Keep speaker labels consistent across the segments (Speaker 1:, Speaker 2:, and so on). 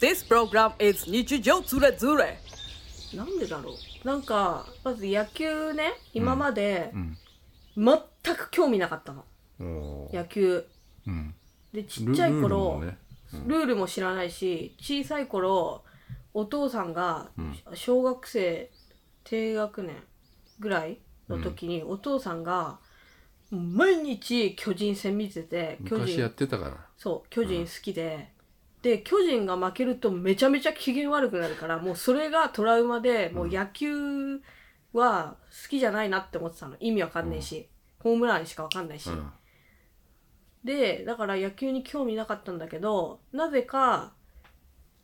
Speaker 1: This program is 日常ズレズレ
Speaker 2: なんでだろうなんかまず野球ね今まで
Speaker 3: うん
Speaker 2: 全く興味なかったの、
Speaker 3: おー
Speaker 2: 野球
Speaker 3: うん
Speaker 2: でち
Speaker 3: ル
Speaker 2: っちゃい
Speaker 3: ルール
Speaker 2: 頃
Speaker 3: もねうん
Speaker 2: ルールも知らないし小さい頃お父さんが
Speaker 3: うん
Speaker 2: 小学生低学年ぐらいの時に、お父さんが毎日巨人戦見てて巨
Speaker 3: 昔やっ
Speaker 2: 人
Speaker 3: てたから
Speaker 2: そう巨人好きで、で巨人が負けるとめちゃめちゃ機嫌悪くなるからもうそれがトラウマでもう野球は好きじゃないなって思ってたの意味わかんないし、ホームランしかわかんないし、
Speaker 3: うん
Speaker 2: でだから野球に興味なかったんだけどなぜか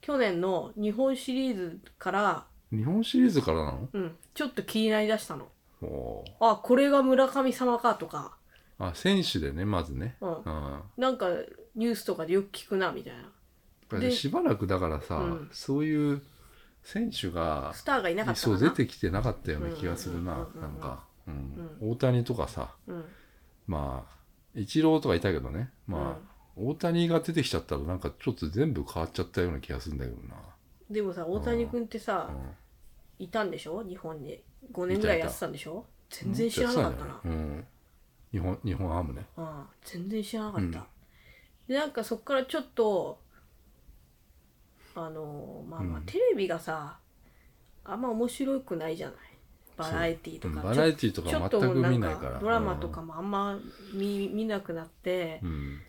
Speaker 2: 去年の日本シリーズから、
Speaker 3: 日本シリーズからなの
Speaker 2: うん、ちょっと気になりだしたの
Speaker 3: おー
Speaker 2: あこれが村神様かとか、
Speaker 3: あ選手でねまずね
Speaker 2: うん、
Speaker 3: うん
Speaker 2: なんかニュースとかでよく聞くなみたいな
Speaker 3: だから
Speaker 2: で
Speaker 3: しばらくだからさ、
Speaker 2: うん
Speaker 3: そういう選手が
Speaker 2: スターがいなかったか
Speaker 3: そ
Speaker 2: な
Speaker 3: う出てきてなかったような気がす
Speaker 2: う
Speaker 3: る
Speaker 2: んうん
Speaker 3: な
Speaker 2: うんうん
Speaker 3: なんか、うん大谷とかさ
Speaker 2: うん
Speaker 3: まあイチローとかいたけどねまあ、大谷が出てきちゃったらなんかちょっと全部変わっちゃったような気がするんだけどな、
Speaker 2: でもさ大谷君ってさ、
Speaker 3: うん、
Speaker 2: いたんでしょ日本に5年ぐらいやってたんでしょ全然知らなかったな、
Speaker 3: うん、日本日本ハムね
Speaker 2: うん、全然知らなかった、
Speaker 3: うん
Speaker 2: でなんかそっからちょっとあのーまあまあ、
Speaker 3: うん
Speaker 2: テレビがさあんま面白くないじゃないバラエティーと
Speaker 3: うん
Speaker 2: か
Speaker 3: バラエティと
Speaker 2: ちょ
Speaker 3: か
Speaker 2: っと
Speaker 3: 全く見
Speaker 2: な
Speaker 3: なんいから
Speaker 2: ドラマとかもあんま見見なくなって
Speaker 3: う、ん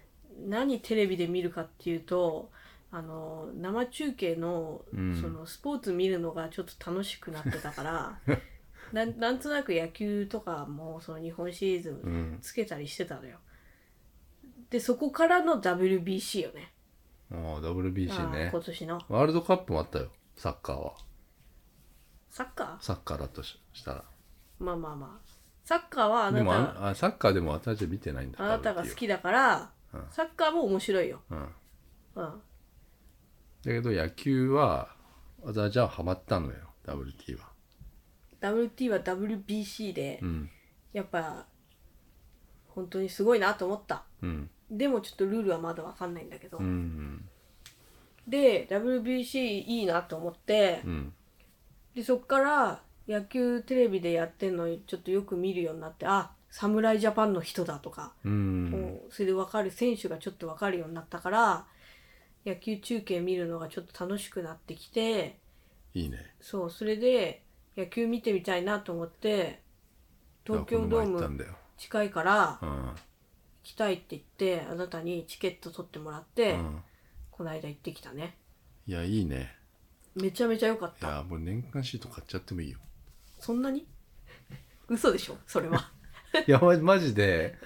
Speaker 2: 何テレビで見るかっていうとあのー生中継の,、
Speaker 3: うん
Speaker 2: そのスポーツ見るのがちょっと楽しくなってたから なんなんとなく野球とかもその日本シリーズ
Speaker 3: うん
Speaker 2: つけたりしてたのよでそこからの WBC よね
Speaker 3: うん、ああ
Speaker 2: あ
Speaker 3: WBC
Speaker 2: ー
Speaker 3: ね
Speaker 2: 今年の
Speaker 3: ワールドカップもあったよサッカーは
Speaker 2: サッカ
Speaker 3: サッカーだとししたら
Speaker 2: ーまあまあまあサッカーはあ
Speaker 3: で
Speaker 2: な
Speaker 3: も
Speaker 2: た
Speaker 3: ああサッカーでも私たちは見てないんだ
Speaker 2: あなたが好
Speaker 3: WBC
Speaker 2: きだから、
Speaker 3: うん
Speaker 2: サッカーも面白いよ、
Speaker 3: はうん
Speaker 2: うん、
Speaker 3: だけど野球は私はハマったのよ WT は
Speaker 2: WT は WBC で、
Speaker 3: うん
Speaker 2: やっぱ本当にすごいなと思った
Speaker 3: うん
Speaker 2: でもちょっとルールはまだわかんないんだけど、
Speaker 3: うん
Speaker 2: で WBC いいなと思って、
Speaker 3: うん
Speaker 2: でそっから野球テレビでやってんのちょっとよく見るようになってあ侍ジャパンの人だとか
Speaker 3: うん
Speaker 2: もうそれで分かる選手がちょっと分かるようになったから野球中継見るのがちょっと楽しくなってきて
Speaker 3: いいね
Speaker 2: そうそれで野球見てみたいなと思って東京ドー
Speaker 3: だからこの前行ったん
Speaker 2: ム
Speaker 3: だよ、
Speaker 2: 近いから
Speaker 3: うん
Speaker 2: 来たいって言ってあなたにチケット取ってもらって、
Speaker 3: うん、
Speaker 2: この間行ってきたね
Speaker 3: いやいいね
Speaker 2: めちゃめちゃ良かっ
Speaker 3: い
Speaker 2: た
Speaker 3: やもう年間シート買っちゃってもいいよ
Speaker 2: そんなに 嘘でしょそれ は
Speaker 3: いやマジで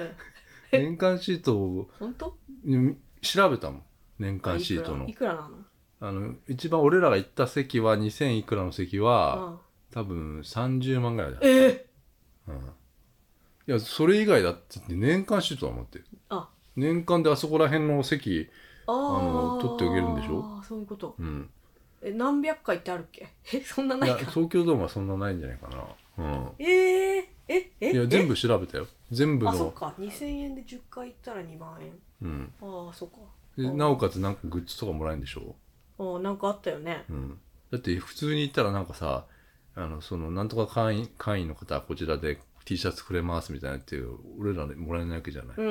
Speaker 2: うん
Speaker 3: 年間シートを
Speaker 2: 本当
Speaker 3: うん調べたもん年間シート
Speaker 2: あ
Speaker 3: の
Speaker 2: いくらいくらなの
Speaker 3: あの一番俺らが行った席は2000いくらの席は、多分30万ぐらいだ
Speaker 2: うん、ええ
Speaker 3: いやそれ以外だって年間シートは持ってる
Speaker 2: あ
Speaker 3: 年間であそこら辺の席
Speaker 2: あー
Speaker 3: あの取ってあげるんでしょ
Speaker 2: あーそういうこと
Speaker 3: うん
Speaker 2: え何百回ってあるっけえそんないない
Speaker 3: や
Speaker 2: か
Speaker 3: 東京ドームはそんなないんじゃないかな
Speaker 2: えー、ええ
Speaker 3: うんいや
Speaker 2: え
Speaker 3: 全部調べたよ全部
Speaker 2: あそっ
Speaker 3: の
Speaker 2: か2000円で10回行ったら2万円
Speaker 3: うん
Speaker 2: ああそっか
Speaker 3: でなおかつなんかグッズとかもらえるんでしょ
Speaker 2: あーなんかあったよね
Speaker 3: うんだって普通に行ったらなんかさあのそのなんとか会員会員の方はこちらで T シャツくれますみたいなっていう俺らでもらえないわけじゃない、
Speaker 2: うん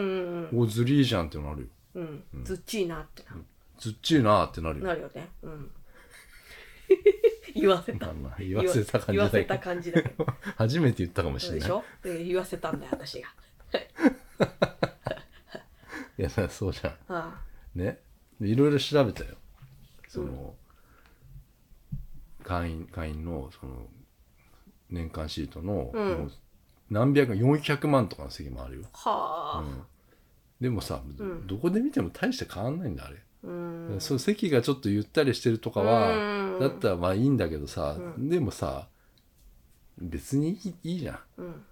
Speaker 2: うん
Speaker 3: おずりーじゃんってなるよ
Speaker 2: うんうんずっちいなって
Speaker 3: ずっちいなーってなる
Speaker 2: なな
Speaker 3: よ
Speaker 2: るよねうん 言わせた
Speaker 3: まあまあ言わせた感じ
Speaker 2: 言わ
Speaker 3: だ
Speaker 2: せ
Speaker 3: け
Speaker 2: た
Speaker 3: ど
Speaker 2: 感じだけど
Speaker 3: 初めて言ったかもし
Speaker 2: そう
Speaker 3: れ
Speaker 2: で
Speaker 3: ない
Speaker 2: しょで言わせたんだよ私が
Speaker 3: いやそうじゃん
Speaker 2: あ
Speaker 3: ねでいろいろ調べたよその、会員会員のその年間シートの、
Speaker 2: うん
Speaker 3: もう何百400万とかの席もあるよ、
Speaker 2: あは
Speaker 3: う
Speaker 2: あ
Speaker 3: んでもさ、
Speaker 2: ん
Speaker 3: どこで見ても大して変わんないんだあれ、
Speaker 2: うん
Speaker 3: そう席がちょっとゆったりしてるとかは、
Speaker 2: うん
Speaker 3: だったらまあいいんだけどさ、でもさ別にいいいいじゃ
Speaker 2: う
Speaker 3: ん
Speaker 2: ん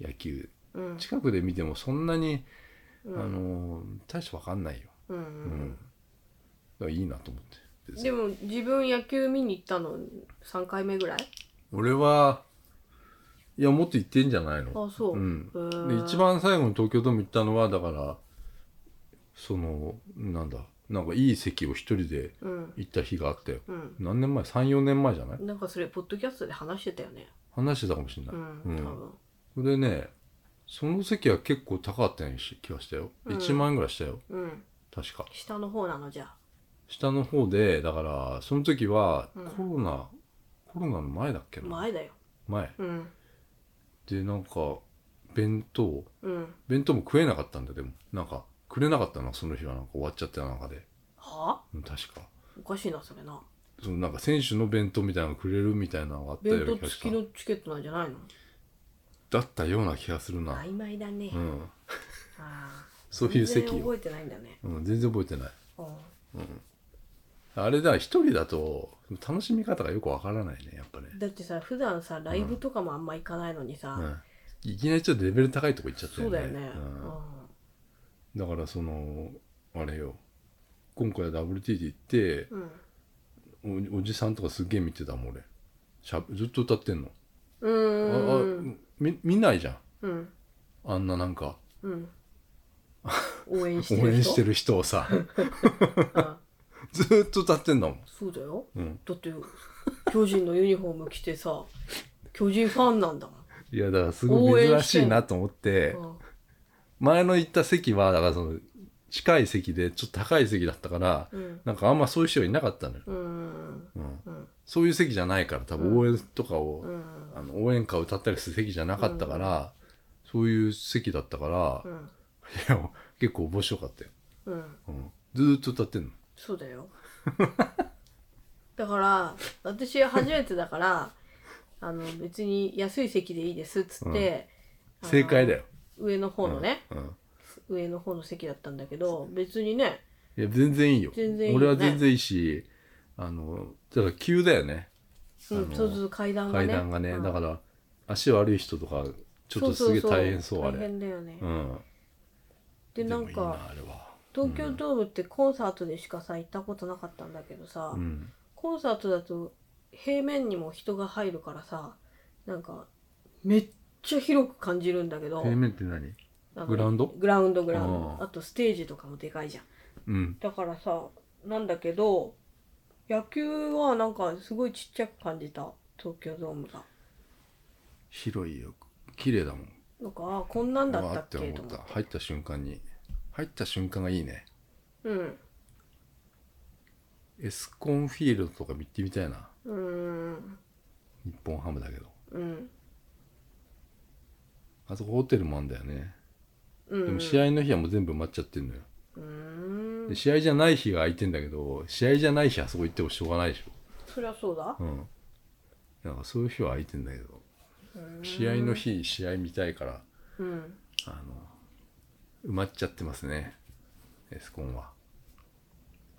Speaker 3: 野球
Speaker 2: うん
Speaker 3: 近くで見てもそんなに、あの大して分かんないよ
Speaker 2: うんうん
Speaker 3: だからいいなと思って別に
Speaker 2: でも自分野球見に行ったの3回目ぐらい
Speaker 3: 俺はいやもっと行ってんじゃないの
Speaker 2: あそう、
Speaker 3: うん
Speaker 2: へー
Speaker 3: で一番最後に東京ドーム行ったのはだからそのなんだなんかいい席を一人で
Speaker 2: うん
Speaker 3: 行った日があったよ
Speaker 2: うん
Speaker 3: 何年前34年前じゃない
Speaker 2: なんかそれポッドキャストで話してたよね
Speaker 3: 話してたかもしれない、
Speaker 2: うん、
Speaker 3: うん
Speaker 2: 多分
Speaker 3: それでねその席は結構高かったような気がしたよ、
Speaker 2: うん
Speaker 3: 1万円ぐらいしたよ
Speaker 2: うん
Speaker 3: 確か
Speaker 2: 下の方なのじゃあ
Speaker 3: 下の方でだからその時は
Speaker 2: うん
Speaker 3: コロナ、コロナの前だっけな
Speaker 2: 前だよ
Speaker 3: 前
Speaker 2: うん
Speaker 3: でなんか弁当
Speaker 2: うん
Speaker 3: 弁当も食えなかったんだよでもなんかくれなかったなその日はなんか終わっちゃった中で
Speaker 2: はあ
Speaker 3: うん確か
Speaker 2: おかしいなそれな
Speaker 3: そのなんか選手の弁当みたいなのくれるみたいなのがあったよ
Speaker 2: 弁
Speaker 3: う
Speaker 2: 当
Speaker 3: な気がし
Speaker 2: 付
Speaker 3: た
Speaker 2: きのチケットなんじゃないの
Speaker 3: だったような気がするな、
Speaker 2: 曖昧だね、
Speaker 3: うん、
Speaker 2: ああ
Speaker 3: そういう席
Speaker 2: 全然
Speaker 3: を
Speaker 2: 覚えてないんだね
Speaker 3: うん、全然覚えてない
Speaker 2: うん
Speaker 3: あれだ一人だと楽しみ方がよくわからないねやっぱね、
Speaker 2: だってさ普段さライブとかもあんま行かないのにさ、
Speaker 3: うん、いきなりちょっとレベル高いとこ行っちゃった
Speaker 2: そう
Speaker 3: よね
Speaker 2: だよね、う
Speaker 3: うん
Speaker 2: ん
Speaker 3: だからそのあれよ今回は WTT 行って
Speaker 2: うん
Speaker 3: おおじさんとかすっげえ見てたもん俺しゃずっと歌ってんの、
Speaker 2: うーん
Speaker 3: ああみ見ないじゃん
Speaker 2: うん
Speaker 3: あんななんか
Speaker 2: うん応援して
Speaker 3: 応
Speaker 2: る
Speaker 3: 援し
Speaker 2: 人
Speaker 3: てる人 をさ
Speaker 2: うん
Speaker 3: ずーっと歌ってんだもん、
Speaker 2: そうだよ
Speaker 3: うん、
Speaker 2: だって巨人のユニフォーム着てさ巨人ファンなんだも
Speaker 3: いやだからすご
Speaker 2: 応
Speaker 3: い
Speaker 2: 援
Speaker 3: 珍
Speaker 2: して
Speaker 3: し
Speaker 2: ん
Speaker 3: い
Speaker 2: の
Speaker 3: なと思って
Speaker 2: ん、うん
Speaker 3: 前の行った席はだからその近い席でちょっと高い席だったから、
Speaker 2: うん
Speaker 3: なんかあんまそういう人いなかったのよ、
Speaker 2: うん
Speaker 3: うん
Speaker 2: うん
Speaker 3: そういう席じゃないから多
Speaker 2: うん
Speaker 3: 分応援とかを、
Speaker 2: うん
Speaker 3: あの応援歌を歌ったりする席じゃなかったから、そういう席だったから、
Speaker 2: う
Speaker 3: い
Speaker 2: ん
Speaker 3: や結構面白かったよ、
Speaker 2: うん
Speaker 3: うん、ずーっと歌ってんの
Speaker 2: そうだよだから私初めてだからあの別に安い席でいいですっつって、あの
Speaker 3: 正解だよ
Speaker 2: 上の方のね、
Speaker 3: うんうん
Speaker 2: 上の方の席だったんだけど別にね
Speaker 3: いや全然いいよ
Speaker 2: 全然いいよね
Speaker 3: 俺は全然いいしあのただ急だよね
Speaker 2: うん
Speaker 3: あの
Speaker 2: そうそう階段がね
Speaker 3: 階段がね、
Speaker 2: うん
Speaker 3: だから足悪い人とかちょっとすげえ大変そうあれ
Speaker 2: 大変だよね、
Speaker 3: うん
Speaker 2: でなん
Speaker 3: でもいい
Speaker 2: か
Speaker 3: なあれは
Speaker 2: 東京ドームってコンサートでしかさ行ったことなかったんだけどさ、
Speaker 3: うん
Speaker 2: コンサートだと平面にも人が入るからさなんかめっちゃ広く感じるんだけど
Speaker 3: 平面って何
Speaker 2: あの
Speaker 3: グラウンド
Speaker 2: グラウンドグラウンド
Speaker 3: あー
Speaker 2: あとステージとかもでかいじゃん
Speaker 3: うん
Speaker 2: だからさなんだけど野球はなんかすごいちっちゃく感じた東京ドームが
Speaker 3: 広いよ綺麗だもん
Speaker 2: なんかあーこんなんだったっけ
Speaker 3: うわー
Speaker 2: と思
Speaker 3: 思った
Speaker 2: って
Speaker 3: 入った瞬間に入った瞬間がいいね
Speaker 2: うん
Speaker 3: エスコンフィールドとか行ってみたいな
Speaker 2: うーん
Speaker 3: 日本ハムだけど
Speaker 2: うん
Speaker 3: あそこホテルもあんだよね、
Speaker 2: うん
Speaker 3: でも試合の日はもう全部埋まっちゃってんのよ、
Speaker 2: うーん
Speaker 3: で試合じゃない日が空いてんだけど試合じゃない日あそこ行ってもしょうがないでし
Speaker 2: そりゃそうだ
Speaker 3: ょうんなんかそういう日は空いてんだけど試合の日試合見たいから
Speaker 2: うん
Speaker 3: あの埋まっちゃってますねエスコンは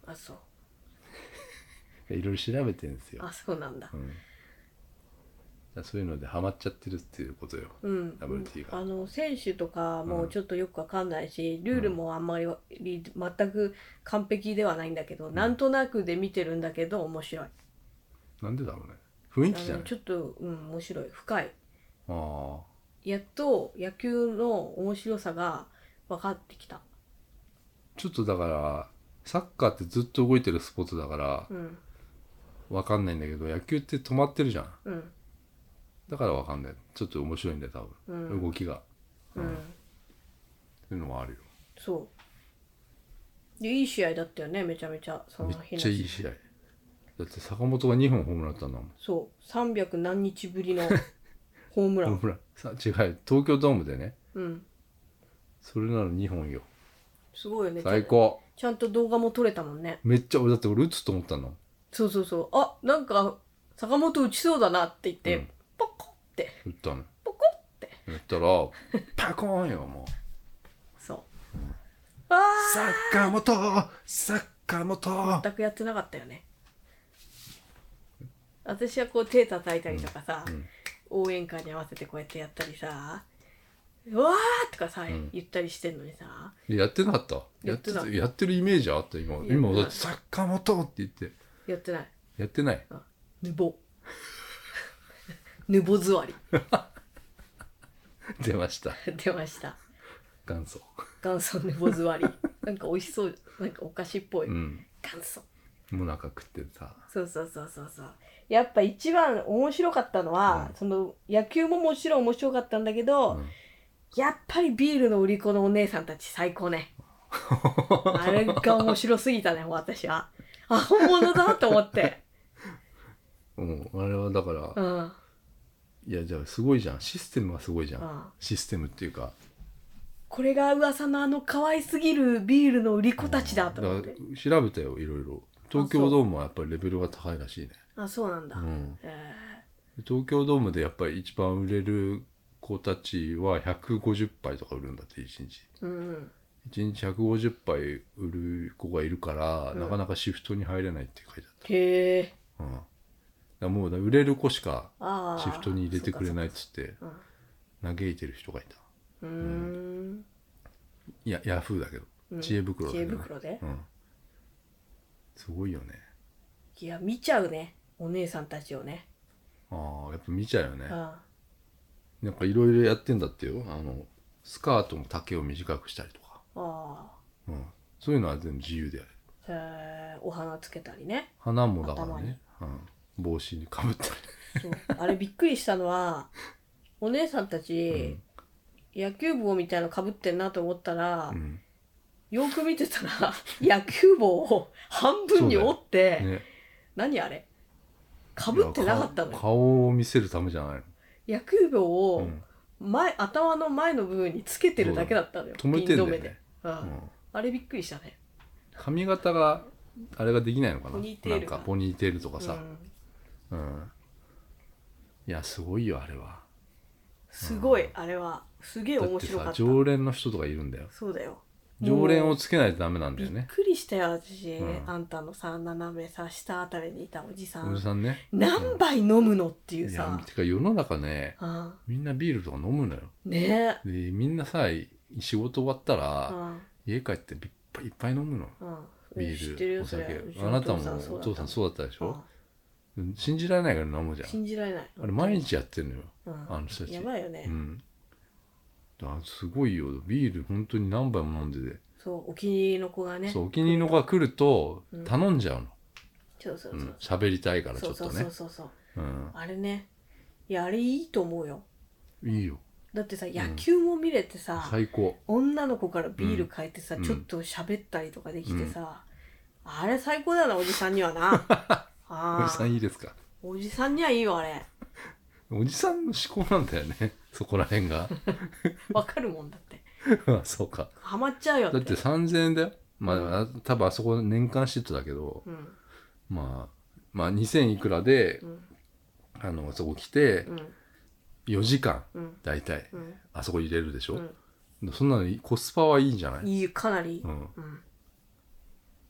Speaker 2: あそう
Speaker 3: いろいろ調べてんですよ
Speaker 2: あそうなんだ
Speaker 3: うん、だからそういうのでハマっちゃってるっていうことよ、
Speaker 2: うん、
Speaker 3: WT が
Speaker 2: あの選手とかもちょっとよくわかんないし、ルールもあんまり全く完璧ではないんだけど、なんとなくで見てるんだけど面白い
Speaker 3: なんでだろうね雰囲気じ
Speaker 2: あ
Speaker 3: ゃ
Speaker 2: の
Speaker 3: ない
Speaker 2: ちょっと、うん、面白い深い
Speaker 3: ああ
Speaker 2: やっと野球の面白さが分かってきた
Speaker 3: ちょっとだからサッカーってずっと動いてるスポーツだから
Speaker 2: うん
Speaker 3: わかんないんだけど野球って止まってるじゃん
Speaker 2: うん
Speaker 3: だからわかんないちょっと面白いんだよ多分、動きが
Speaker 2: うん、
Speaker 3: そういうのもあるよ
Speaker 2: そうでいい試合だったよねめちゃめちゃその
Speaker 3: め
Speaker 2: 日
Speaker 3: っ
Speaker 2: の
Speaker 3: ちゃいい試合だって坂本が2本ホームラン打ったんだもん
Speaker 2: そう300何日ぶりのホームラ
Speaker 3: ホ
Speaker 2: ン
Speaker 3: ームランさ違うよ東京ドームでね
Speaker 2: うん
Speaker 3: それなの2本よ
Speaker 2: すごいよね
Speaker 3: 最高
Speaker 2: ちゃんと動画も撮れたもんね
Speaker 3: めっちゃだって俺打つと思ったの
Speaker 2: そうそうそう。あ、なんか、坂本打ちそうだなって言って、
Speaker 3: うん
Speaker 2: ポコって、
Speaker 3: 打ったの
Speaker 2: ポコって。
Speaker 3: やったらパコーンよもう
Speaker 2: そう。あ
Speaker 3: 坂本坂
Speaker 2: ー
Speaker 3: 本
Speaker 2: 全くやってなかったよね。私はこう手叩いたりとかさ、応援歌に合わせてこうやってやったりさ、うわーとかさ、言ったりしてんのにさ、
Speaker 3: やってなかった
Speaker 2: やってた
Speaker 3: ややってるイメージあった今
Speaker 2: てない
Speaker 3: 今だって坂本って言って
Speaker 2: やってない。
Speaker 3: やってない
Speaker 2: あぬ ぼ。ぬぼ座り。
Speaker 3: 出ました
Speaker 2: 出ました。
Speaker 3: 元祖。
Speaker 2: 元祖猫座り なんか美味しそうなんかお菓子っぽい、
Speaker 3: うん。
Speaker 2: 元祖
Speaker 3: もなか食ってさ。
Speaker 2: そうそうそうそうそうやっぱ一番面白かったのは、
Speaker 3: うん
Speaker 2: その野球ももちろん面白かったんだけど、
Speaker 3: うん
Speaker 2: やっぱりビールの売り子のお姉さんたち最高ねあれが面白すぎたね私はあ本物だと思 って
Speaker 3: うん、あれはだから、
Speaker 2: うんうん
Speaker 3: いやじゃあすごいじゃんシステムはすごいじゃん、システムっていうか
Speaker 2: これが噂のあの可愛すぎるビールの売り子たちだと思っ
Speaker 3: だ
Speaker 2: て
Speaker 3: から調べたよいろいろ東京ドームはやっぱりレベルが高いらしいね
Speaker 2: あそうなんだ、
Speaker 3: うん
Speaker 2: えー
Speaker 3: 東京ドームでやっぱり一番売れる子たちは150杯とか売るんだって1日
Speaker 2: うん
Speaker 3: 1日150杯売る子がいるから、
Speaker 2: うん
Speaker 3: なかなかシフトに入れないって書いて
Speaker 2: へえ
Speaker 3: あった、うん、だからもうだ売れる子しか
Speaker 2: ああ
Speaker 3: シフトに入れてくれないっつって
Speaker 2: そうか
Speaker 3: 嘆いてる人がいた
Speaker 2: うーん
Speaker 3: いやヤフーだけど、
Speaker 2: うん
Speaker 3: 知恵袋だ
Speaker 2: 知
Speaker 3: け
Speaker 2: 恵
Speaker 3: ど、ね
Speaker 2: 袋で
Speaker 3: うん、すごいよね
Speaker 2: いや見ちゃうねお姉さんたちをね
Speaker 3: ああやっぱ見ちゃうよね、
Speaker 2: あ
Speaker 3: なんかいろいろやってんだってよあのスカートの丈を短くしたりとか、
Speaker 2: あ
Speaker 3: うん、そういうのは全部自由でやる
Speaker 2: ーへーお花つけたりね
Speaker 3: 花もだからね、うん、帽子にかぶったり
Speaker 2: そうあれびっくりしたの はお姉さんたち、野球帽みたいのかぶってんなと思ったら、
Speaker 3: うん
Speaker 2: よく見てたら 野球帽を半分に折って、
Speaker 3: ね
Speaker 2: 何あれかぶってなかったの
Speaker 3: いや
Speaker 2: よ
Speaker 3: 顔顔を見せるためじゃないの
Speaker 2: 野球帽を
Speaker 3: うん
Speaker 2: 前、頭の前の部分につけてるだけだったのよ
Speaker 3: 止めてんだよ
Speaker 2: ピン止め
Speaker 3: ね
Speaker 2: で、うん
Speaker 3: うん、
Speaker 2: あれびっくりしたね
Speaker 3: 髪型があれができないのかな
Speaker 2: ポニーテールが
Speaker 3: なんかポニーテールとか
Speaker 2: う
Speaker 3: さ、
Speaker 2: ん
Speaker 3: うんいやすごいよあれは
Speaker 2: すごい、あれはすげえ
Speaker 3: だっ
Speaker 2: 面
Speaker 3: て
Speaker 2: 白か
Speaker 3: さ
Speaker 2: った
Speaker 3: 常連の人とかいるんだよ
Speaker 2: そうだよ
Speaker 3: 常連
Speaker 2: も
Speaker 3: を
Speaker 2: う
Speaker 3: つけないとダメなんだ
Speaker 2: び
Speaker 3: よ
Speaker 2: っ
Speaker 3: ね
Speaker 2: くりしたよ私、
Speaker 3: うん
Speaker 2: あんたのさ斜めさ下あたりにいたおじさん
Speaker 3: おじさんね
Speaker 2: 何杯飲むのっていう
Speaker 3: いや
Speaker 2: さ、
Speaker 3: てか世の中ね
Speaker 2: あ
Speaker 3: みんなビールとか飲むのよ
Speaker 2: ねえ
Speaker 3: でみんなさ仕事終わったら、
Speaker 2: うん
Speaker 3: 家帰っていっぱいいっぱい飲むの
Speaker 2: うん
Speaker 3: ビ
Speaker 2: 知っ
Speaker 3: ー
Speaker 2: てる
Speaker 3: ル
Speaker 2: よ
Speaker 3: お
Speaker 2: それ
Speaker 3: 酒
Speaker 2: うちの
Speaker 3: あなたも
Speaker 2: そう
Speaker 3: お
Speaker 2: だ
Speaker 3: 父さんそうだったでし
Speaker 2: う
Speaker 3: ょ、うん信じられないから飲むじゃ
Speaker 2: ん
Speaker 3: ん
Speaker 2: 信じられない
Speaker 3: あれ毎、日やってるのよ
Speaker 2: うん
Speaker 3: あの人たち
Speaker 2: やばいよね、
Speaker 3: うんあすごいよビール本当に何杯も飲んでて、
Speaker 2: そうお気に入りの子がね
Speaker 3: そうお気に入りの子が来ると
Speaker 2: うん
Speaker 3: 頼んじゃうの
Speaker 2: そうそう
Speaker 3: う
Speaker 2: そ
Speaker 3: ん
Speaker 2: う
Speaker 3: 喋、りたいからち
Speaker 2: そ
Speaker 3: ょ
Speaker 2: う
Speaker 3: っ
Speaker 2: そ
Speaker 3: と
Speaker 2: うそ
Speaker 3: ね
Speaker 2: うそうそう
Speaker 3: うん
Speaker 2: あれねいやあれいいと思うよ
Speaker 3: いいよ
Speaker 2: だってさ野球も見れてさ、
Speaker 3: 最高
Speaker 2: 女の子からビール買えてさ、
Speaker 3: うん
Speaker 2: ちょっと喋ったりとかできてさ、あれ最高だなおじさんには なあ
Speaker 3: お
Speaker 2: ー
Speaker 3: じさんいいですか
Speaker 2: おじさんにはいいわあれ
Speaker 3: おじさんの思考なんだよね そこら辺が
Speaker 2: わかるもんだって
Speaker 3: あそうか
Speaker 2: ハマっちゃうよって
Speaker 3: だって3000円だよまあ、多分あそこ年間シートだけど、
Speaker 2: うん
Speaker 3: まあまあ2000いくらで、
Speaker 2: ん
Speaker 3: あのそこ来て
Speaker 2: うん
Speaker 3: 4時間、
Speaker 2: うん
Speaker 3: 大体、
Speaker 2: うん
Speaker 3: あそこ入れるでしょ、
Speaker 2: うん
Speaker 3: そんなのコスパはいいんじゃない
Speaker 2: いいかなりいい、
Speaker 3: うん
Speaker 2: うん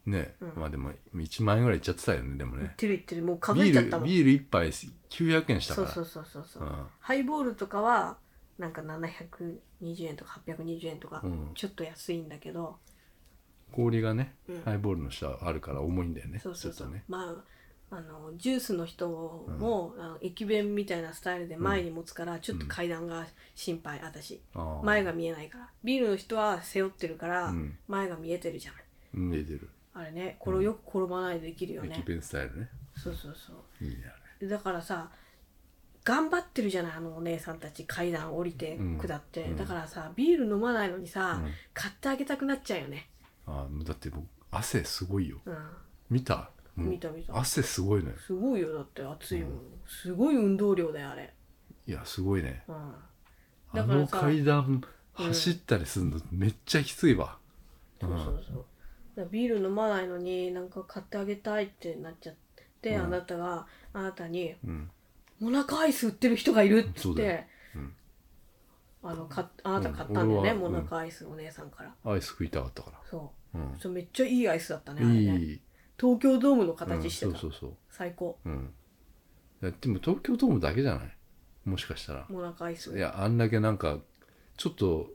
Speaker 3: ね、まあでも1万円ぐらいいっちゃってたよねでも
Speaker 2: 言っ
Speaker 3: ね
Speaker 2: てる言ってるもう数え
Speaker 3: ビ
Speaker 2: ちゃっ
Speaker 3: ー
Speaker 2: た
Speaker 3: ル
Speaker 2: もん
Speaker 3: ビール1杯900円したか
Speaker 2: そう
Speaker 3: ら
Speaker 2: そうそうそうそう、
Speaker 3: うん
Speaker 2: ハイボールとかはなんか720円とか820円とか、
Speaker 3: うん
Speaker 2: ちょっと安いんだけど
Speaker 3: 氷がね、
Speaker 2: うん
Speaker 3: ハイボールの下あるから重いんだよね
Speaker 2: そうそうそう、
Speaker 3: ちょっとね
Speaker 2: まああのジュースの人も、あの駅弁みたいなスタイルで前に持つから、ちょっと階段が心配私、
Speaker 3: ああ
Speaker 2: 前が見えないからビールの人は背負ってるから、
Speaker 3: うん
Speaker 2: 前が見えてるじゃない
Speaker 3: うん入れてる
Speaker 2: あれねこれをよく転ばないでできるよ
Speaker 3: 駅
Speaker 2: ね、
Speaker 3: 弁スタイルね
Speaker 2: そうそうそ
Speaker 3: いいねあ
Speaker 2: うだからさ頑張ってるじゃないあのお姉さんたち階段降りて
Speaker 3: うん
Speaker 2: 下って、
Speaker 3: うん
Speaker 2: だからさビール飲まないのにさ、
Speaker 3: うん
Speaker 2: 買ってあげたくなっちゃうよね
Speaker 3: れああだって僕汗すごいよ
Speaker 2: うん
Speaker 3: 見たもう
Speaker 2: 見た見た
Speaker 3: 汗すごいのよ
Speaker 2: すごいよだって暑いもん、すごい運動量だよあれ
Speaker 3: いやすごいね
Speaker 2: うん
Speaker 3: あ
Speaker 2: だから
Speaker 3: の
Speaker 2: さ
Speaker 3: 階段走ったりするのめっちゃきついわ、
Speaker 2: そうそうそう。だからビール飲まないのになんか買ってあげたいってなっちゃって、
Speaker 3: うん
Speaker 2: あなたがあなたに
Speaker 3: うん
Speaker 2: 「モナカアイス売ってる人がいる」っつ
Speaker 3: そ
Speaker 2: っ
Speaker 3: うだ
Speaker 2: て
Speaker 3: よ、うん
Speaker 2: あのかあなた買ったんだよね、
Speaker 3: うん
Speaker 2: モ
Speaker 3: 俺は
Speaker 2: ナカアイスお姉さんから。
Speaker 3: アイス食いたかったか
Speaker 2: そう。
Speaker 3: ら、
Speaker 2: それめっちゃいいアイスだったね
Speaker 3: う
Speaker 2: あれ
Speaker 3: ん、
Speaker 2: ね
Speaker 3: いい
Speaker 2: 東京ドームの形してた、
Speaker 3: うん、そうそう
Speaker 2: 最高
Speaker 3: そう、うん、いやでも東京ドームだけじゃないもしかしたら
Speaker 2: モナカアイス
Speaker 3: いやあんだけなんかちょっと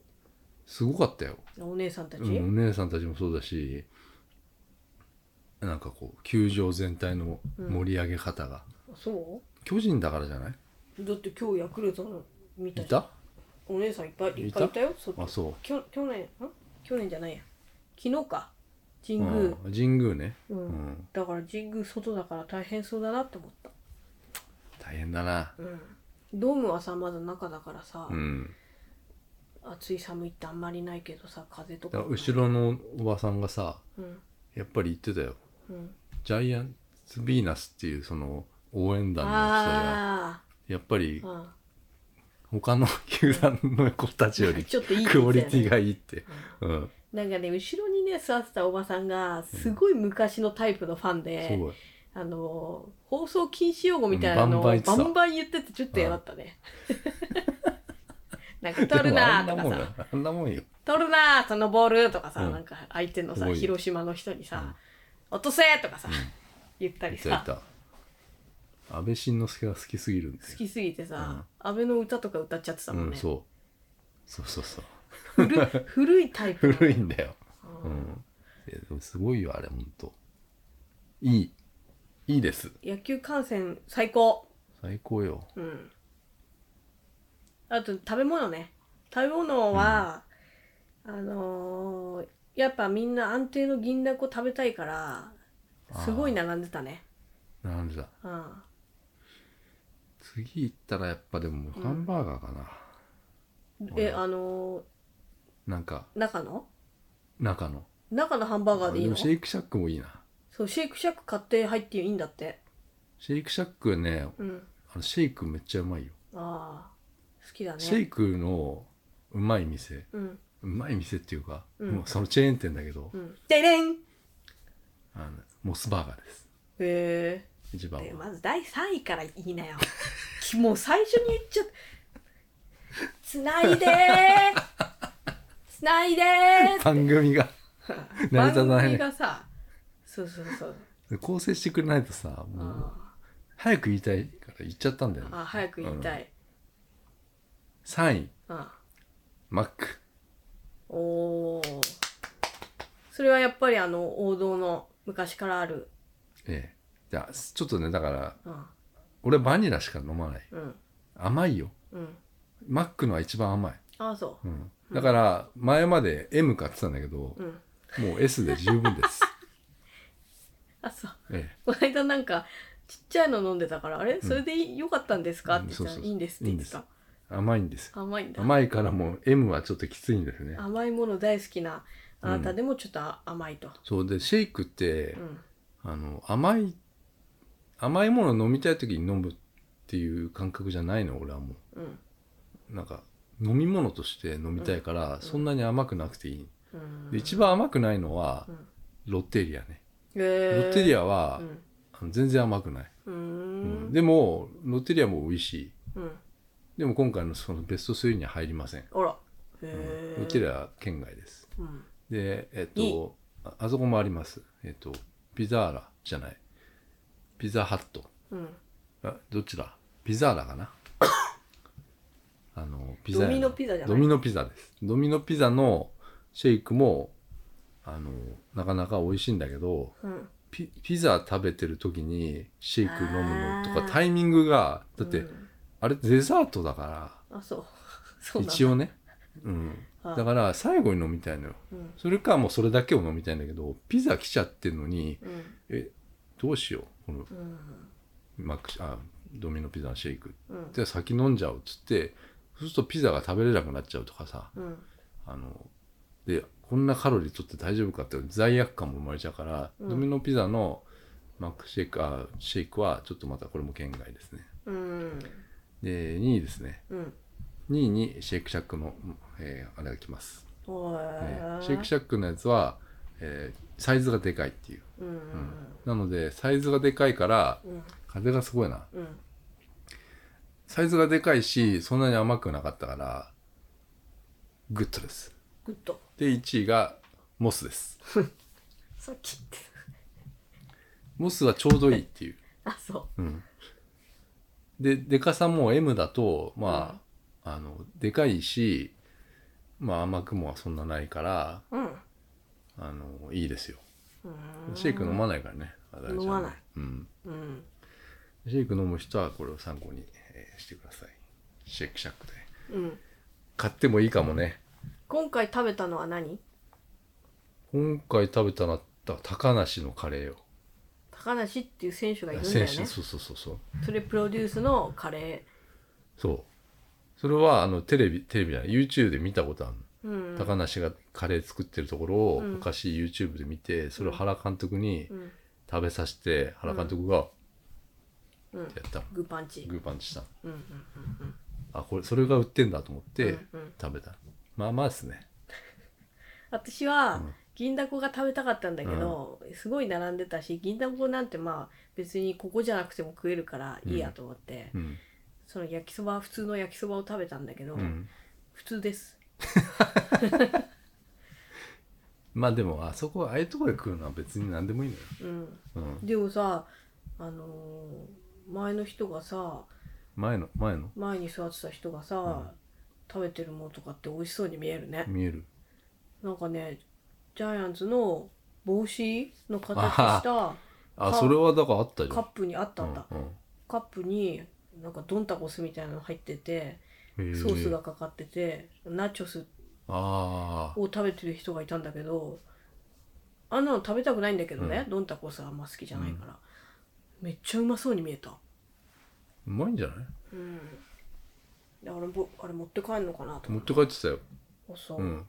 Speaker 3: すごかったよ、
Speaker 2: お姉さんたち、
Speaker 3: うん、お姉さんたちもそうだしなんかこう球場全体の盛り上げ方が、
Speaker 2: そ
Speaker 3: 巨人だからじゃないう
Speaker 2: だって今日ヤクルトの見た
Speaker 3: い
Speaker 2: じゃん
Speaker 3: た
Speaker 2: お姉さんいっぱいいっぱいいたよそっち
Speaker 3: あそ
Speaker 2: きょ去年ん去年じゃないや昨日か神
Speaker 3: う
Speaker 2: 宮、
Speaker 3: うん神宮ね、
Speaker 2: う
Speaker 3: うんん、
Speaker 2: だから神宮外だから大変そうだなって思った、
Speaker 3: 大変だな
Speaker 2: うん、ドームはさまだ中だからさ、
Speaker 3: うん
Speaker 2: 暑い寒いってあんまりないけどさ風と
Speaker 3: だか
Speaker 2: から
Speaker 3: 後ろのおばさんがさ
Speaker 2: うん
Speaker 3: やっぱり言ってたよ
Speaker 2: うん
Speaker 3: ジャイアンツヴィーナスっていうその応援団の人が
Speaker 2: あ
Speaker 3: やっぱり
Speaker 2: ーあ
Speaker 3: 他の球団の子たちより
Speaker 2: ちょっといい
Speaker 3: クオリティがいいって、うん、
Speaker 2: なんかね後ろにね座ってたおばさんがすごい昔のタイプのファンで、
Speaker 3: すごい
Speaker 2: あのー放送禁止用語みたいなのを
Speaker 3: バ
Speaker 2: バ
Speaker 3: ンバン言って
Speaker 2: ンバン言って
Speaker 3: た
Speaker 2: てちょっと嫌だったね。 なんか
Speaker 3: で
Speaker 2: 取る
Speaker 3: も
Speaker 2: な
Speaker 3: あ
Speaker 2: んーと
Speaker 3: な
Speaker 2: か
Speaker 3: もん
Speaker 2: さ
Speaker 3: よあんなもんよ
Speaker 2: 取るなーそのボールとかさ、
Speaker 3: うん
Speaker 2: なんか相手の
Speaker 3: す
Speaker 2: さ
Speaker 3: ごいよ
Speaker 2: 広島の人にさ、落とせとかさ、言ったり
Speaker 3: いたい
Speaker 2: さ
Speaker 3: た安倍晋之助が好きすぎるんです
Speaker 2: 好き
Speaker 3: よ
Speaker 2: すぎてさ、安倍の歌とか歌っちゃってたもん
Speaker 3: う
Speaker 2: ね
Speaker 3: ん、、そうそうそうそう
Speaker 2: 古古いタイプの
Speaker 3: 古いんだよ、うんいやでもすごいよあれほんといいいいです
Speaker 2: 野球観戦最高
Speaker 3: 最高よ
Speaker 2: うんあと食べ物ね食べ物は、あのーやっぱみんな安定の銀だこ食べたいからすごい並んでたね
Speaker 3: なんでだ
Speaker 2: うん
Speaker 3: 次行ったらやっぱでもハンバーガーかな、
Speaker 2: えあの
Speaker 3: なんか
Speaker 2: ー中の
Speaker 3: 中の
Speaker 2: 中のハンバーガーでいい
Speaker 3: で
Speaker 2: の
Speaker 3: もシェイクシャックもいいな
Speaker 2: そうシェイクシャック買って入っていいんだって
Speaker 3: シェイクシャックね
Speaker 2: うん
Speaker 3: あのシェイクめっちゃうまいよ、
Speaker 2: ああ好きだね
Speaker 3: シェイクのうまい店
Speaker 2: うん
Speaker 3: うまい店っていうか、
Speaker 2: ん
Speaker 3: もうそのチェーン店だけど、
Speaker 2: うんでれんへ
Speaker 3: あのモスバーガーです
Speaker 2: え
Speaker 3: 一番
Speaker 2: で
Speaker 3: は
Speaker 2: まず第3位から言いなよ きもう最初に言っちゃったつないでーつないで ー
Speaker 3: 番組が成り立た
Speaker 2: 番
Speaker 3: ない
Speaker 2: 組
Speaker 3: ね
Speaker 2: がさそうそうそう
Speaker 3: 構成してくれないとさもう早く言いたいから言っちゃったんだよね
Speaker 2: あ早く言いたい、
Speaker 3: 3位
Speaker 2: あ
Speaker 3: マック
Speaker 2: おーそれはやっぱりあの王道の昔からある
Speaker 3: ええじゃあちょっとねだから
Speaker 2: うん
Speaker 3: 俺バニラしか飲まない
Speaker 2: うん
Speaker 3: 甘いよ
Speaker 2: うん
Speaker 3: マックのは一番甘い、、
Speaker 2: ああそううん
Speaker 3: だから前まで M 買ってたんだけど、
Speaker 2: ん
Speaker 3: もう S で十分 です、
Speaker 2: あそう
Speaker 3: ええ
Speaker 2: この間なんかちっちゃいの飲んでたからあれそれでいいよかったんですかって言ったら、
Speaker 3: うんそうそうそう
Speaker 2: いいんですって言ってた
Speaker 3: 甘いんですよ
Speaker 2: 甘いんだ
Speaker 3: 甘いからもう M はちょっときついんですね
Speaker 2: 甘いもの大好きなあなたでもちょっとあ甘いと、
Speaker 3: そうでシェイクって
Speaker 2: う、ん
Speaker 3: あの甘い甘いもの飲みたい時に飲むっていう感覚じゃないの俺はも
Speaker 2: うん
Speaker 3: うなんか飲み物として飲みたいから、そんなに甘くなくていい、
Speaker 2: うん、
Speaker 3: で一番甘くないのは、
Speaker 2: ん
Speaker 3: ロッテリアね
Speaker 2: え
Speaker 3: ロ
Speaker 2: ー、
Speaker 3: ッテリアは、
Speaker 2: ん
Speaker 3: あの全然甘くない、
Speaker 2: うー
Speaker 3: うん
Speaker 2: ん
Speaker 3: でもロッテリアも美味しい
Speaker 2: うん
Speaker 3: でも今回のそのベスト3には入りません、
Speaker 2: あら
Speaker 3: うん
Speaker 2: へえ、
Speaker 3: ロッテリアは県外です
Speaker 2: うん、
Speaker 3: でえっ
Speaker 2: いい
Speaker 3: とああそこもありますえっとピザーラじゃないピザハット
Speaker 2: うん、
Speaker 3: あどっちだピザーラかなあのピ
Speaker 2: ドミノ
Speaker 3: 屋の
Speaker 2: ピザじゃない
Speaker 3: ドミノピザですドミノピザのシェイクもあのなかなか美味しいんだけど
Speaker 2: うん、
Speaker 3: ピピザ食べてる時にシェイク飲むのと
Speaker 2: あー
Speaker 3: かタイミングがだって、
Speaker 2: うん
Speaker 3: あれデザートだか
Speaker 2: あそうそうな
Speaker 3: ら
Speaker 2: んだ
Speaker 3: 一応ね、うん、
Speaker 2: あ
Speaker 3: だから最後に飲みたいのよ
Speaker 2: うん
Speaker 3: それかもうそれだけを飲みたいんだけどピザ来ちゃってるのに
Speaker 2: うん
Speaker 3: えどうしようこの
Speaker 2: うん
Speaker 3: マックあドミノピザのシェイク
Speaker 2: うん
Speaker 3: じゃあ先飲んじゃおうっつってそうするとピザが食べれなくなっちゃうとかさ
Speaker 2: うん
Speaker 3: あのでこんなカロリー取って大丈夫かって罪悪感も生まれちゃうから、
Speaker 2: うん
Speaker 3: ドミノピザのマックシェイクあシェイクはちょっとまたこれも県外ですね
Speaker 2: うん
Speaker 3: で2位ですね
Speaker 2: うん
Speaker 3: 2位にシェイクシャックの、えーあれが来ます、
Speaker 2: お
Speaker 3: え
Speaker 2: ー
Speaker 3: ーシェイクシャックのやつは、えーサイズがでかいっていう
Speaker 2: うん
Speaker 3: なのでサイズがでかいから
Speaker 2: うん
Speaker 3: 風がすごいな
Speaker 2: うん
Speaker 3: サイズがでかいしそんなに甘くなかったからグッドです
Speaker 2: グッド
Speaker 3: で1位がモスです
Speaker 2: さっき言って
Speaker 3: モスはちょうどいいっていう、
Speaker 2: たあそ
Speaker 3: うん、ででかさも M だとまあ,、あのでかいしまあ甘くもそんなないから
Speaker 2: ううん
Speaker 3: あのいいですよ
Speaker 2: うん
Speaker 3: シェイク飲まないからねあだれちゃん
Speaker 2: 飲まない、
Speaker 3: うん、
Speaker 2: うん
Speaker 3: シェイク飲む人はこれを参考に、えーしてくださいシェイクシャックで
Speaker 2: うん
Speaker 3: 買ってもいいかもね
Speaker 2: 今回食べたのは何
Speaker 3: 今回食べたのは高梨のカレーよ
Speaker 2: 高梨っていう選手がいるんだ
Speaker 3: 選
Speaker 2: よ
Speaker 3: 手、
Speaker 2: ね。
Speaker 3: そうそうそうそう
Speaker 2: それプロデュースのカレ
Speaker 3: そうそれはあのテレビテレビじゃない YouTube で見たことあるの
Speaker 2: ー。うん。
Speaker 3: 高梨がカレー作ってるところを
Speaker 2: うん
Speaker 3: 昔 YouTube で見て、それを原監督に
Speaker 2: うん。
Speaker 3: 食べさせて、原監督が
Speaker 2: うん
Speaker 3: やったの
Speaker 2: グーパンチ。
Speaker 3: グーパンチしたの
Speaker 2: うんうんうん
Speaker 3: あこれそれが売ってんだと思っ
Speaker 2: うん。
Speaker 3: て
Speaker 2: うんうん
Speaker 3: 食べた、まあまあですね
Speaker 2: 私は
Speaker 3: うん
Speaker 2: 銀だこが食べたかったんだけど、すごい並んでたし銀だこなんてまあ別にここじゃなくても食えるからいいやと思って、
Speaker 3: うん
Speaker 2: その焼きそば普通の焼きそばを食べたんだけど、
Speaker 3: うん
Speaker 2: 普通です
Speaker 3: まあでもあそこああいうところで食うのは別に何でもいいのよ、
Speaker 2: うん
Speaker 3: うん、
Speaker 2: でもさあのー前の人がさ
Speaker 3: 前の前の
Speaker 2: 前に座ってた人がさ、食べてるものとかって美味しそうに見えるね、
Speaker 3: 見える
Speaker 2: なんかねジャイアンツの帽子の形した
Speaker 3: あ
Speaker 2: か
Speaker 3: それはだからあったじゃん
Speaker 2: カップにあったあった、
Speaker 3: うんうん
Speaker 2: カップになんかドンタコスみたいなの入ってて
Speaker 3: へえ
Speaker 2: ソースがかかってて、ナチョス
Speaker 3: ああ
Speaker 2: を食べてる人がいたんだけどあんなの食べたくないんだけどね、
Speaker 3: う
Speaker 2: ドンタコスはあんま好きじゃないから、めっちゃうまそうに見えた
Speaker 3: うまいんじゃない
Speaker 2: うんであれぼあれ持って帰んのかなと
Speaker 3: 持
Speaker 2: 思
Speaker 3: っ
Speaker 2: って
Speaker 3: 帰ってたよ、
Speaker 2: てそう、
Speaker 3: うん、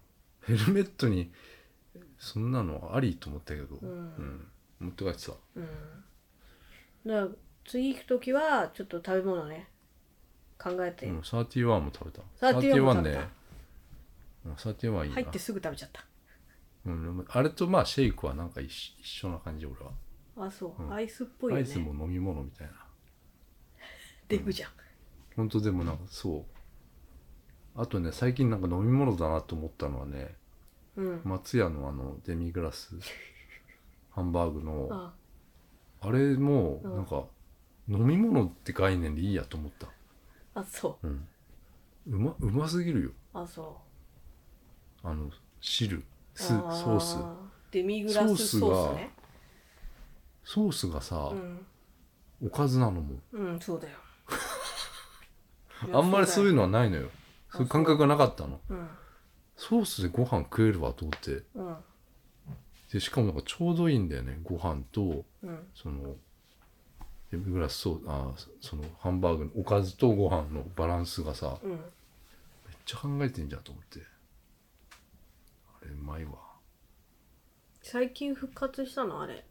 Speaker 3: ヘルメットにそんなのありと思ったけど、うん持って帰ってた
Speaker 2: うん、だから次行く時はちょっと食べ物ね考えて、
Speaker 3: うん、31も食べた。
Speaker 2: 31も食べた
Speaker 3: ね。うん31いいな。
Speaker 2: 入ってすぐ食べちゃった
Speaker 3: うんでもあれとまあシェイクはなんか一緒一緒な感じ、俺は。
Speaker 2: あそう、
Speaker 3: うん
Speaker 2: アイスっぽいよ
Speaker 3: ア
Speaker 2: ね
Speaker 3: イスも飲み物みたいな。
Speaker 2: デブじゃん、
Speaker 3: ほんとでもなんかそう。あとね、最近なんか飲み物だなと思ったのはね、
Speaker 2: うん、
Speaker 3: 松屋のあのデミグラスハンバーグ の、あ
Speaker 2: あ
Speaker 3: れも
Speaker 2: うん
Speaker 3: なんか飲み物って概念でいいやと思った。
Speaker 2: あそ
Speaker 3: うん。うま、うますぎるよ。
Speaker 2: うあそ
Speaker 3: あの、汁、
Speaker 2: う
Speaker 3: ス、ソ
Speaker 2: あ
Speaker 3: ース。
Speaker 2: デミグラスソースね
Speaker 3: ソースがさ、
Speaker 2: うん、
Speaker 3: おかずなのも。
Speaker 2: うん、そうだよ
Speaker 3: あんまりそういう
Speaker 2: う
Speaker 3: のはないのよ。そういう感覚がなかったの。
Speaker 2: うん
Speaker 3: ソースでご飯食えるわと思って。
Speaker 2: うん
Speaker 3: で、しかもなんかちょうどいいんだよね。ご飯と、
Speaker 2: うん
Speaker 3: その、デミグラスソース、あーそのハンバーグのおかずとご飯のバランスがさ、
Speaker 2: うん
Speaker 3: めっちゃ考えてんじゃんと思って。あれ、うまいわ。
Speaker 2: 最近復活したのあれ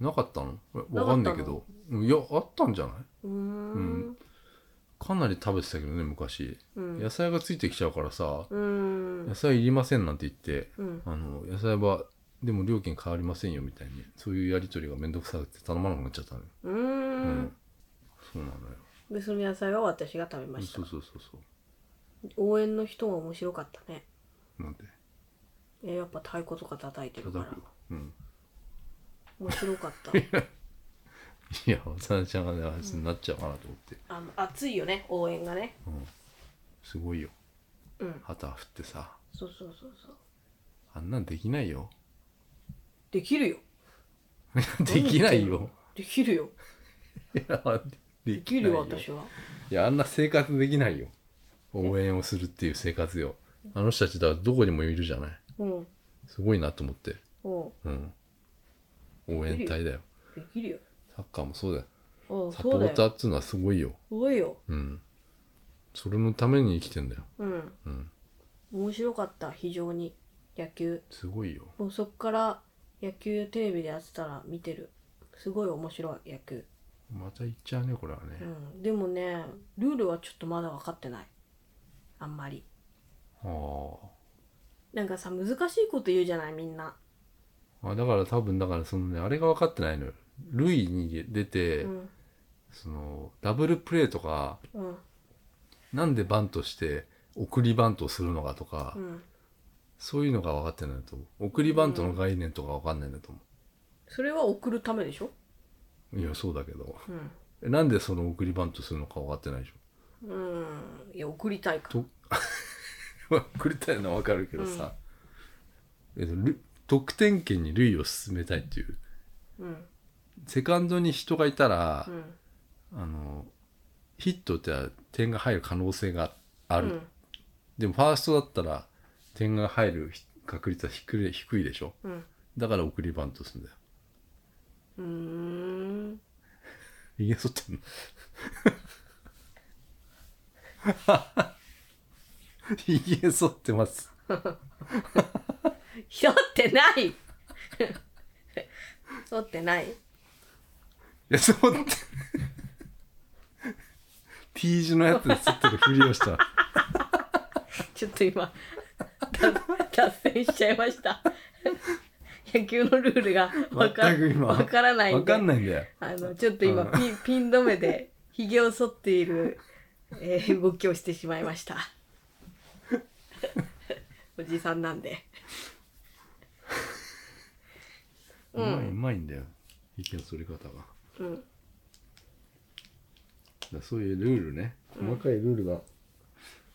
Speaker 3: なかったのわわかんないけど。うんいや、あったんじゃないう
Speaker 2: ーん
Speaker 3: かなり食べてたけどね、昔。
Speaker 2: うん
Speaker 3: 野菜がついてきちゃうからさ、
Speaker 2: うん
Speaker 3: 野菜いりませんなんて言って、
Speaker 2: うん
Speaker 3: あの野菜はでも料金変わりませんよみたいにそういうやり取りがめんどくさくて頼まなくなっちゃったのよ、
Speaker 2: う
Speaker 3: うんそうなのよ
Speaker 2: でその野菜は私が食べました
Speaker 3: そうそうそうそう
Speaker 2: 応援の人が面白かったね
Speaker 3: なんで
Speaker 2: えやっぱ太鼓とか叩いてるか
Speaker 3: 叩
Speaker 2: ら
Speaker 3: くようん
Speaker 2: 面白かった
Speaker 3: いや渡辺ちゃんがねあいつになっちゃうかなと思って、
Speaker 2: あの熱いよね応援がね
Speaker 3: うんすごいよ
Speaker 2: うん
Speaker 3: 旗振ってさ
Speaker 2: そうそうそうそう
Speaker 3: あんなんできないよ
Speaker 2: できるよ
Speaker 3: できないよ
Speaker 2: できるよ
Speaker 3: いやで
Speaker 2: できるよ私はい
Speaker 3: やあんな生活できないよ応援をするっていう生活よあの人たちだからどこにもいるじゃない
Speaker 2: うん
Speaker 3: すごいなと思って
Speaker 2: うん
Speaker 3: うん応援隊だよ
Speaker 2: できるよ
Speaker 3: サッカーもそうだよ。
Speaker 2: うん
Speaker 3: サポ
Speaker 2: そうだ
Speaker 3: ーター
Speaker 2: よ
Speaker 3: っつうのはすごいよ。
Speaker 2: すごいよ
Speaker 3: うん。それのために生きてんだよ。
Speaker 2: うん
Speaker 3: うん。
Speaker 2: 面白かった非常に野球
Speaker 3: すごいよ。
Speaker 2: もうそっから野球テレビでやってたら見てるすごい面白い野球
Speaker 3: また行っちゃうね、これは
Speaker 2: う
Speaker 3: ね。
Speaker 2: んでもねルールはちょっとまだ分かってないあんまりなんかさ難しいこと言うじゃないみんな
Speaker 3: ああ。あだから多分、だからそのね、あれが分かってないのよ。類に出て、
Speaker 2: うん
Speaker 3: その、ダブルプレーとか、
Speaker 2: うん
Speaker 3: なんでバントして、送りバントをするのかとか、
Speaker 2: うん
Speaker 3: そういうのが分かってないと思う。送りバントの概念とか分かんないんだと思
Speaker 2: それは送るためでしょ
Speaker 3: う。いや、そうだけど。
Speaker 2: うん
Speaker 3: なんでその送りバントするのか分かってないでしょ。
Speaker 2: うんいや送りたいから
Speaker 3: と 送りたいのはわかるけどさ、えっとル得点圏に塁を進めたいっていう
Speaker 2: うん
Speaker 3: セカンドに人がいたら
Speaker 2: う、ん
Speaker 3: あのヒットって点が入る可能性があ
Speaker 2: う
Speaker 3: る
Speaker 2: ん
Speaker 3: でもファーストだったら点が入る確率は低い低いでしょ
Speaker 2: うん
Speaker 3: だから送りバントするんだよ
Speaker 2: うーん
Speaker 3: ひげ剃ってんのひげ剃ってます
Speaker 2: 拾ってない 拾ってない
Speaker 3: いやそうって T 字のやつで剃ってるふりをした
Speaker 2: ちょっと今 脱脱線しちゃいました 野球のルールが分か
Speaker 3: 全く今
Speaker 2: わからない
Speaker 3: わ
Speaker 2: んで
Speaker 3: かんないんだよ
Speaker 2: あのちょっと今
Speaker 3: うん
Speaker 2: ピンピン止めでひげを剃っている、えー動きをしてしまいました おじさんなんで
Speaker 3: うまいうまいんだよ意見それ方が
Speaker 2: うん
Speaker 3: だそういうルールね細かいルールが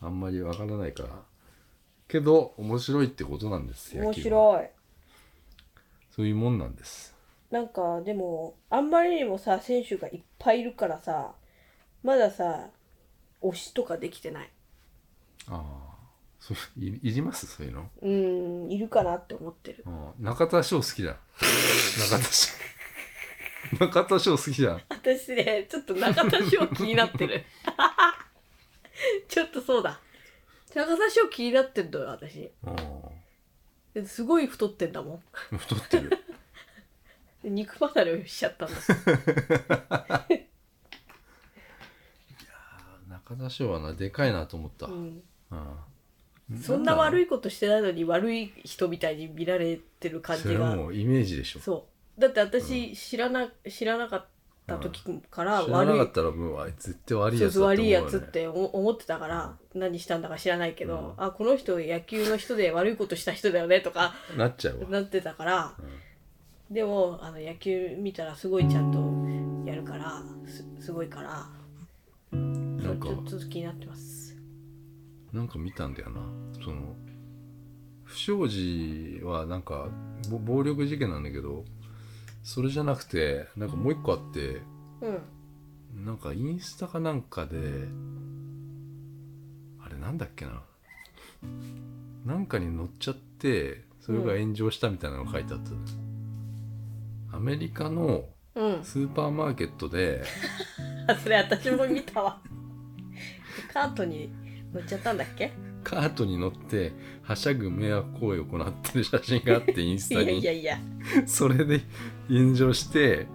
Speaker 3: あんまりわからないから、けど面白いってことなんです野球は
Speaker 2: 面白い
Speaker 3: そういうもんなんです
Speaker 2: なんかでもあんまりにもさ選手がいっぱいいるからさまださ推しとかできてない
Speaker 3: ああそういいりますそういうの
Speaker 2: うーんいるかなって思ってる
Speaker 3: ああ中田翔好きだ中田 翔中田翔好きじゃん
Speaker 2: 私ねちょっと中田翔気になってるちょっとそうだ中田翔気になってんだよ私
Speaker 3: あ
Speaker 2: すごい太ってんだも
Speaker 3: あ太ってる
Speaker 2: ん肉離れをしちゃったんだ
Speaker 3: 中田翔はなでかいなと思っ た、
Speaker 2: うん
Speaker 3: ああ
Speaker 2: そんな悪
Speaker 3: い
Speaker 2: いことしてないのに悪い人みたいに見られてる感
Speaker 3: そ
Speaker 2: じ
Speaker 3: れは
Speaker 2: が
Speaker 3: もうイメージでしょ
Speaker 2: そうだって私知らな,、知らなかった時から
Speaker 3: 知らな
Speaker 2: 悪い
Speaker 3: かったらもうあいつ絶対悪い
Speaker 2: そう
Speaker 3: やつだ
Speaker 2: そう
Speaker 3: と思うよ、
Speaker 2: 悪い
Speaker 3: ね、
Speaker 2: やつって思思ってたから何したんだか知らないけど、あこの人野球の人で悪いことした人だよねとか
Speaker 3: なっちゃうわ
Speaker 2: なってたから、でもあの野球見たらすごいちゃんとやるからすすごいからそ
Speaker 3: な
Speaker 2: うんち
Speaker 3: か
Speaker 2: ょちょっと気になってます
Speaker 3: なんか見たんだよなその不祥事はなんかぼ暴力事件なんだけどそれじゃなくてなんかもう一個あって
Speaker 2: うん
Speaker 3: なんかインスタかなんかであれなんだっけななんかに乗っちゃってそれが炎上したみたいなの書いてあったの、アメリカの
Speaker 2: うん
Speaker 3: スーパーマーケットで
Speaker 2: あそれ私も見た わカートに乗っちゃったんだっけ
Speaker 3: カートに乗ってはしゃぐ迷惑行為を行ってる写真が あってインス
Speaker 2: い
Speaker 3: タ
Speaker 2: や
Speaker 3: に
Speaker 2: いやいや
Speaker 3: それで炎上して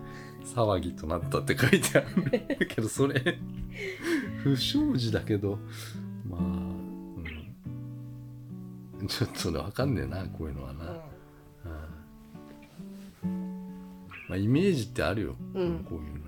Speaker 3: 騒ぎとなったって書いてあるだけどそれ不祥事だけどまあ、うん、ちょっとねわかんねえなこういうのはな、うんまあ、イメージってあるよ、
Speaker 2: うん
Speaker 3: こういうの